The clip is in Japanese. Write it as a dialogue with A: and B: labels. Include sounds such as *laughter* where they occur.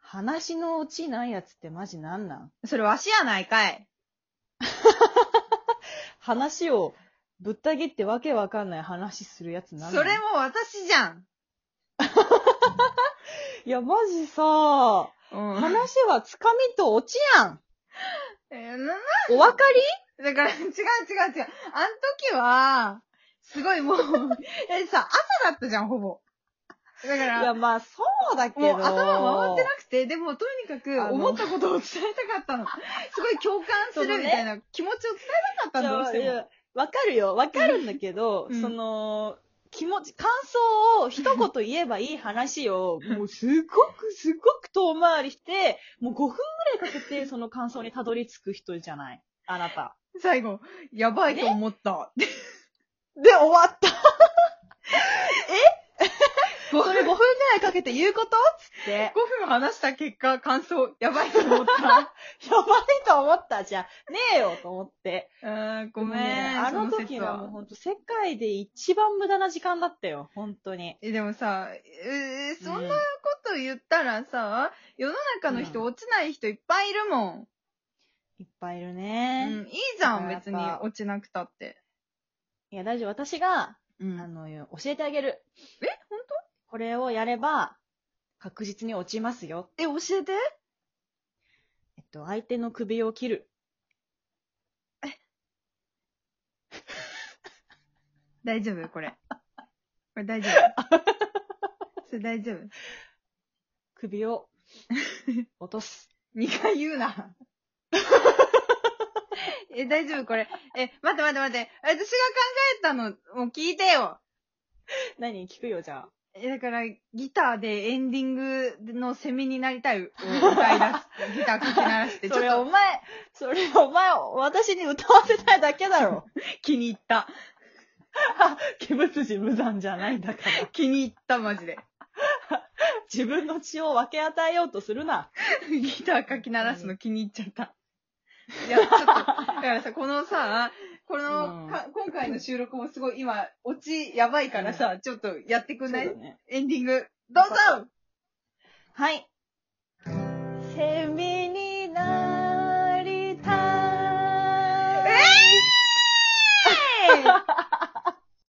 A: 話のオチないやつってマジなんなん
B: それわしやないかい。
A: 話をぶった切ってわけわかんない話するやつなんなん
B: それも私じゃん。
A: いや、マジさ、
B: うん。
A: 話はつかみとオチやん。
B: えーな
A: お分か
B: だから、違 *laughs* う違う違う。あん時は、すごいもう、 *laughs* え、さ、朝だったじゃん、ほぼ。だか
A: り
B: ら、
A: いや、まあ、そうだけ
B: も
A: ど。
B: う頭回ってなくて、でもとにか
A: あ
B: く
A: の
B: 思ったことを伝えたか
A: *laughs*
B: ったの。すごい共感す
A: その
B: る
A: ね
B: みたいな気持ちを伝えたかったの、どうし
A: い
B: て
A: やいやわかるよ。わかるんだけど、
B: うん
A: その、気持ち、感想を一言言えばいい話を、もうすごくすごく遠回りして、もう5分ぐらいかけてその感想にたどり着く人じゃない。あなた。
B: も。最後、やばいと思った。
A: で、終わ *laughs* った。
B: *laughs* 5
A: それ5
B: 分、
A: 分ぐらいかけて言うことつって。や
B: 5分話した結果、感想、やばいと
A: *laughs*
B: 思った。
A: ばいと思ったじゃん。ねえよと思って。
B: うーん、ごめ
A: ねえ
B: ん。
A: あ
B: そ
A: の時
B: 説
A: はもうほんと世界で一番無駄な時間だったよ。本当に。
B: え、でもさ、えーそんな
A: う
B: こと言ったらさ、世の中の人
A: うん
B: 落ちない人いっぱいいるもん。
A: いっぱいいる
B: う
A: ね。
B: ん、いいじゃん、
A: だ
B: 別
A: か
B: に
A: らやっぱ
B: 落ちなくたって。
A: いや、大丈夫。私が、あ
B: うん。
A: の、教えてあげる。
B: え
A: 本当これをやれば、確実に落ちますよ。
B: え、教えて
A: えっと、相手の首を切る。
B: 大丈夫
A: *laughs*
B: これ。これ大丈夫 *laughs* それ大丈夫
A: 首を落とす。
B: 二回言うな。 *laughs* え、大丈夫これ。え、待って待って待って。私が考えたのを聞いてよ。
A: 何聞くよ、じゃあ。
B: え、だから、ギターでエンディングのセミになりたいを歌い出す。ギターかき鳴らして。ち
A: *laughs*
B: ょ
A: そ
B: っ
A: れお
B: と
A: 前、それお前、私に歌わせたいだけだろ。
B: *laughs* 気に入
A: *laughs*
B: った。
A: 鬼舞辻無惨じゃないんだから。
B: 気に入った、マジで。
A: 自分の血を分け与えようとするな。
B: ギターかき鳴らすの気に入っちゃった。いや、ちょっと、だからさ、このさ、この、
A: うん
B: か今回の収録もすごい今、オチやばいからさ、ちょっとやってくんない、
A: そうだね
B: *laughs* エンディング、どうぞ
A: はい。セミ